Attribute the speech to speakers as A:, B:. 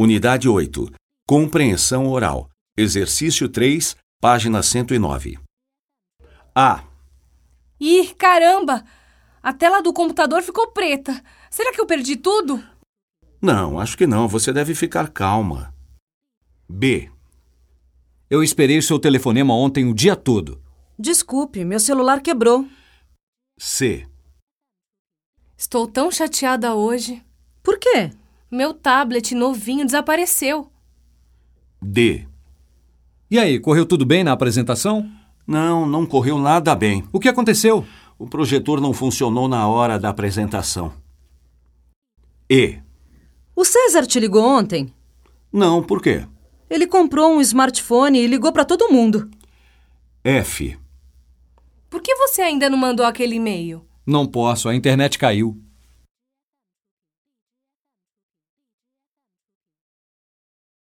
A: Unidade 8. Compreensão oral. Exercício 3, página 109. A.
B: Ih, caramba! A tela do computador ficou preta. Será que eu perdi tudo?
A: Não, acho que não. Você deve ficar calma. B.
C: Eu esperei seu telefonema ontem o dia todo.
D: Desculpe, meu celular quebrou.
A: C.
B: Estou tão chateada hoje.
D: Por quê?
B: Meu tablet novinho desapareceu.
A: D.
C: E aí, correu tudo bem na apresentação?
A: Não, não correu nada bem.
C: O que aconteceu?
A: O projetor não funcionou na hora da apresentação. E.
D: O César te ligou ontem?
A: Não, por quê?
D: Ele comprou um smartphone e ligou pra todo mundo.
A: F.
B: Por que você ainda não mandou aquele e-mail?
C: Não posso, a internet caiu.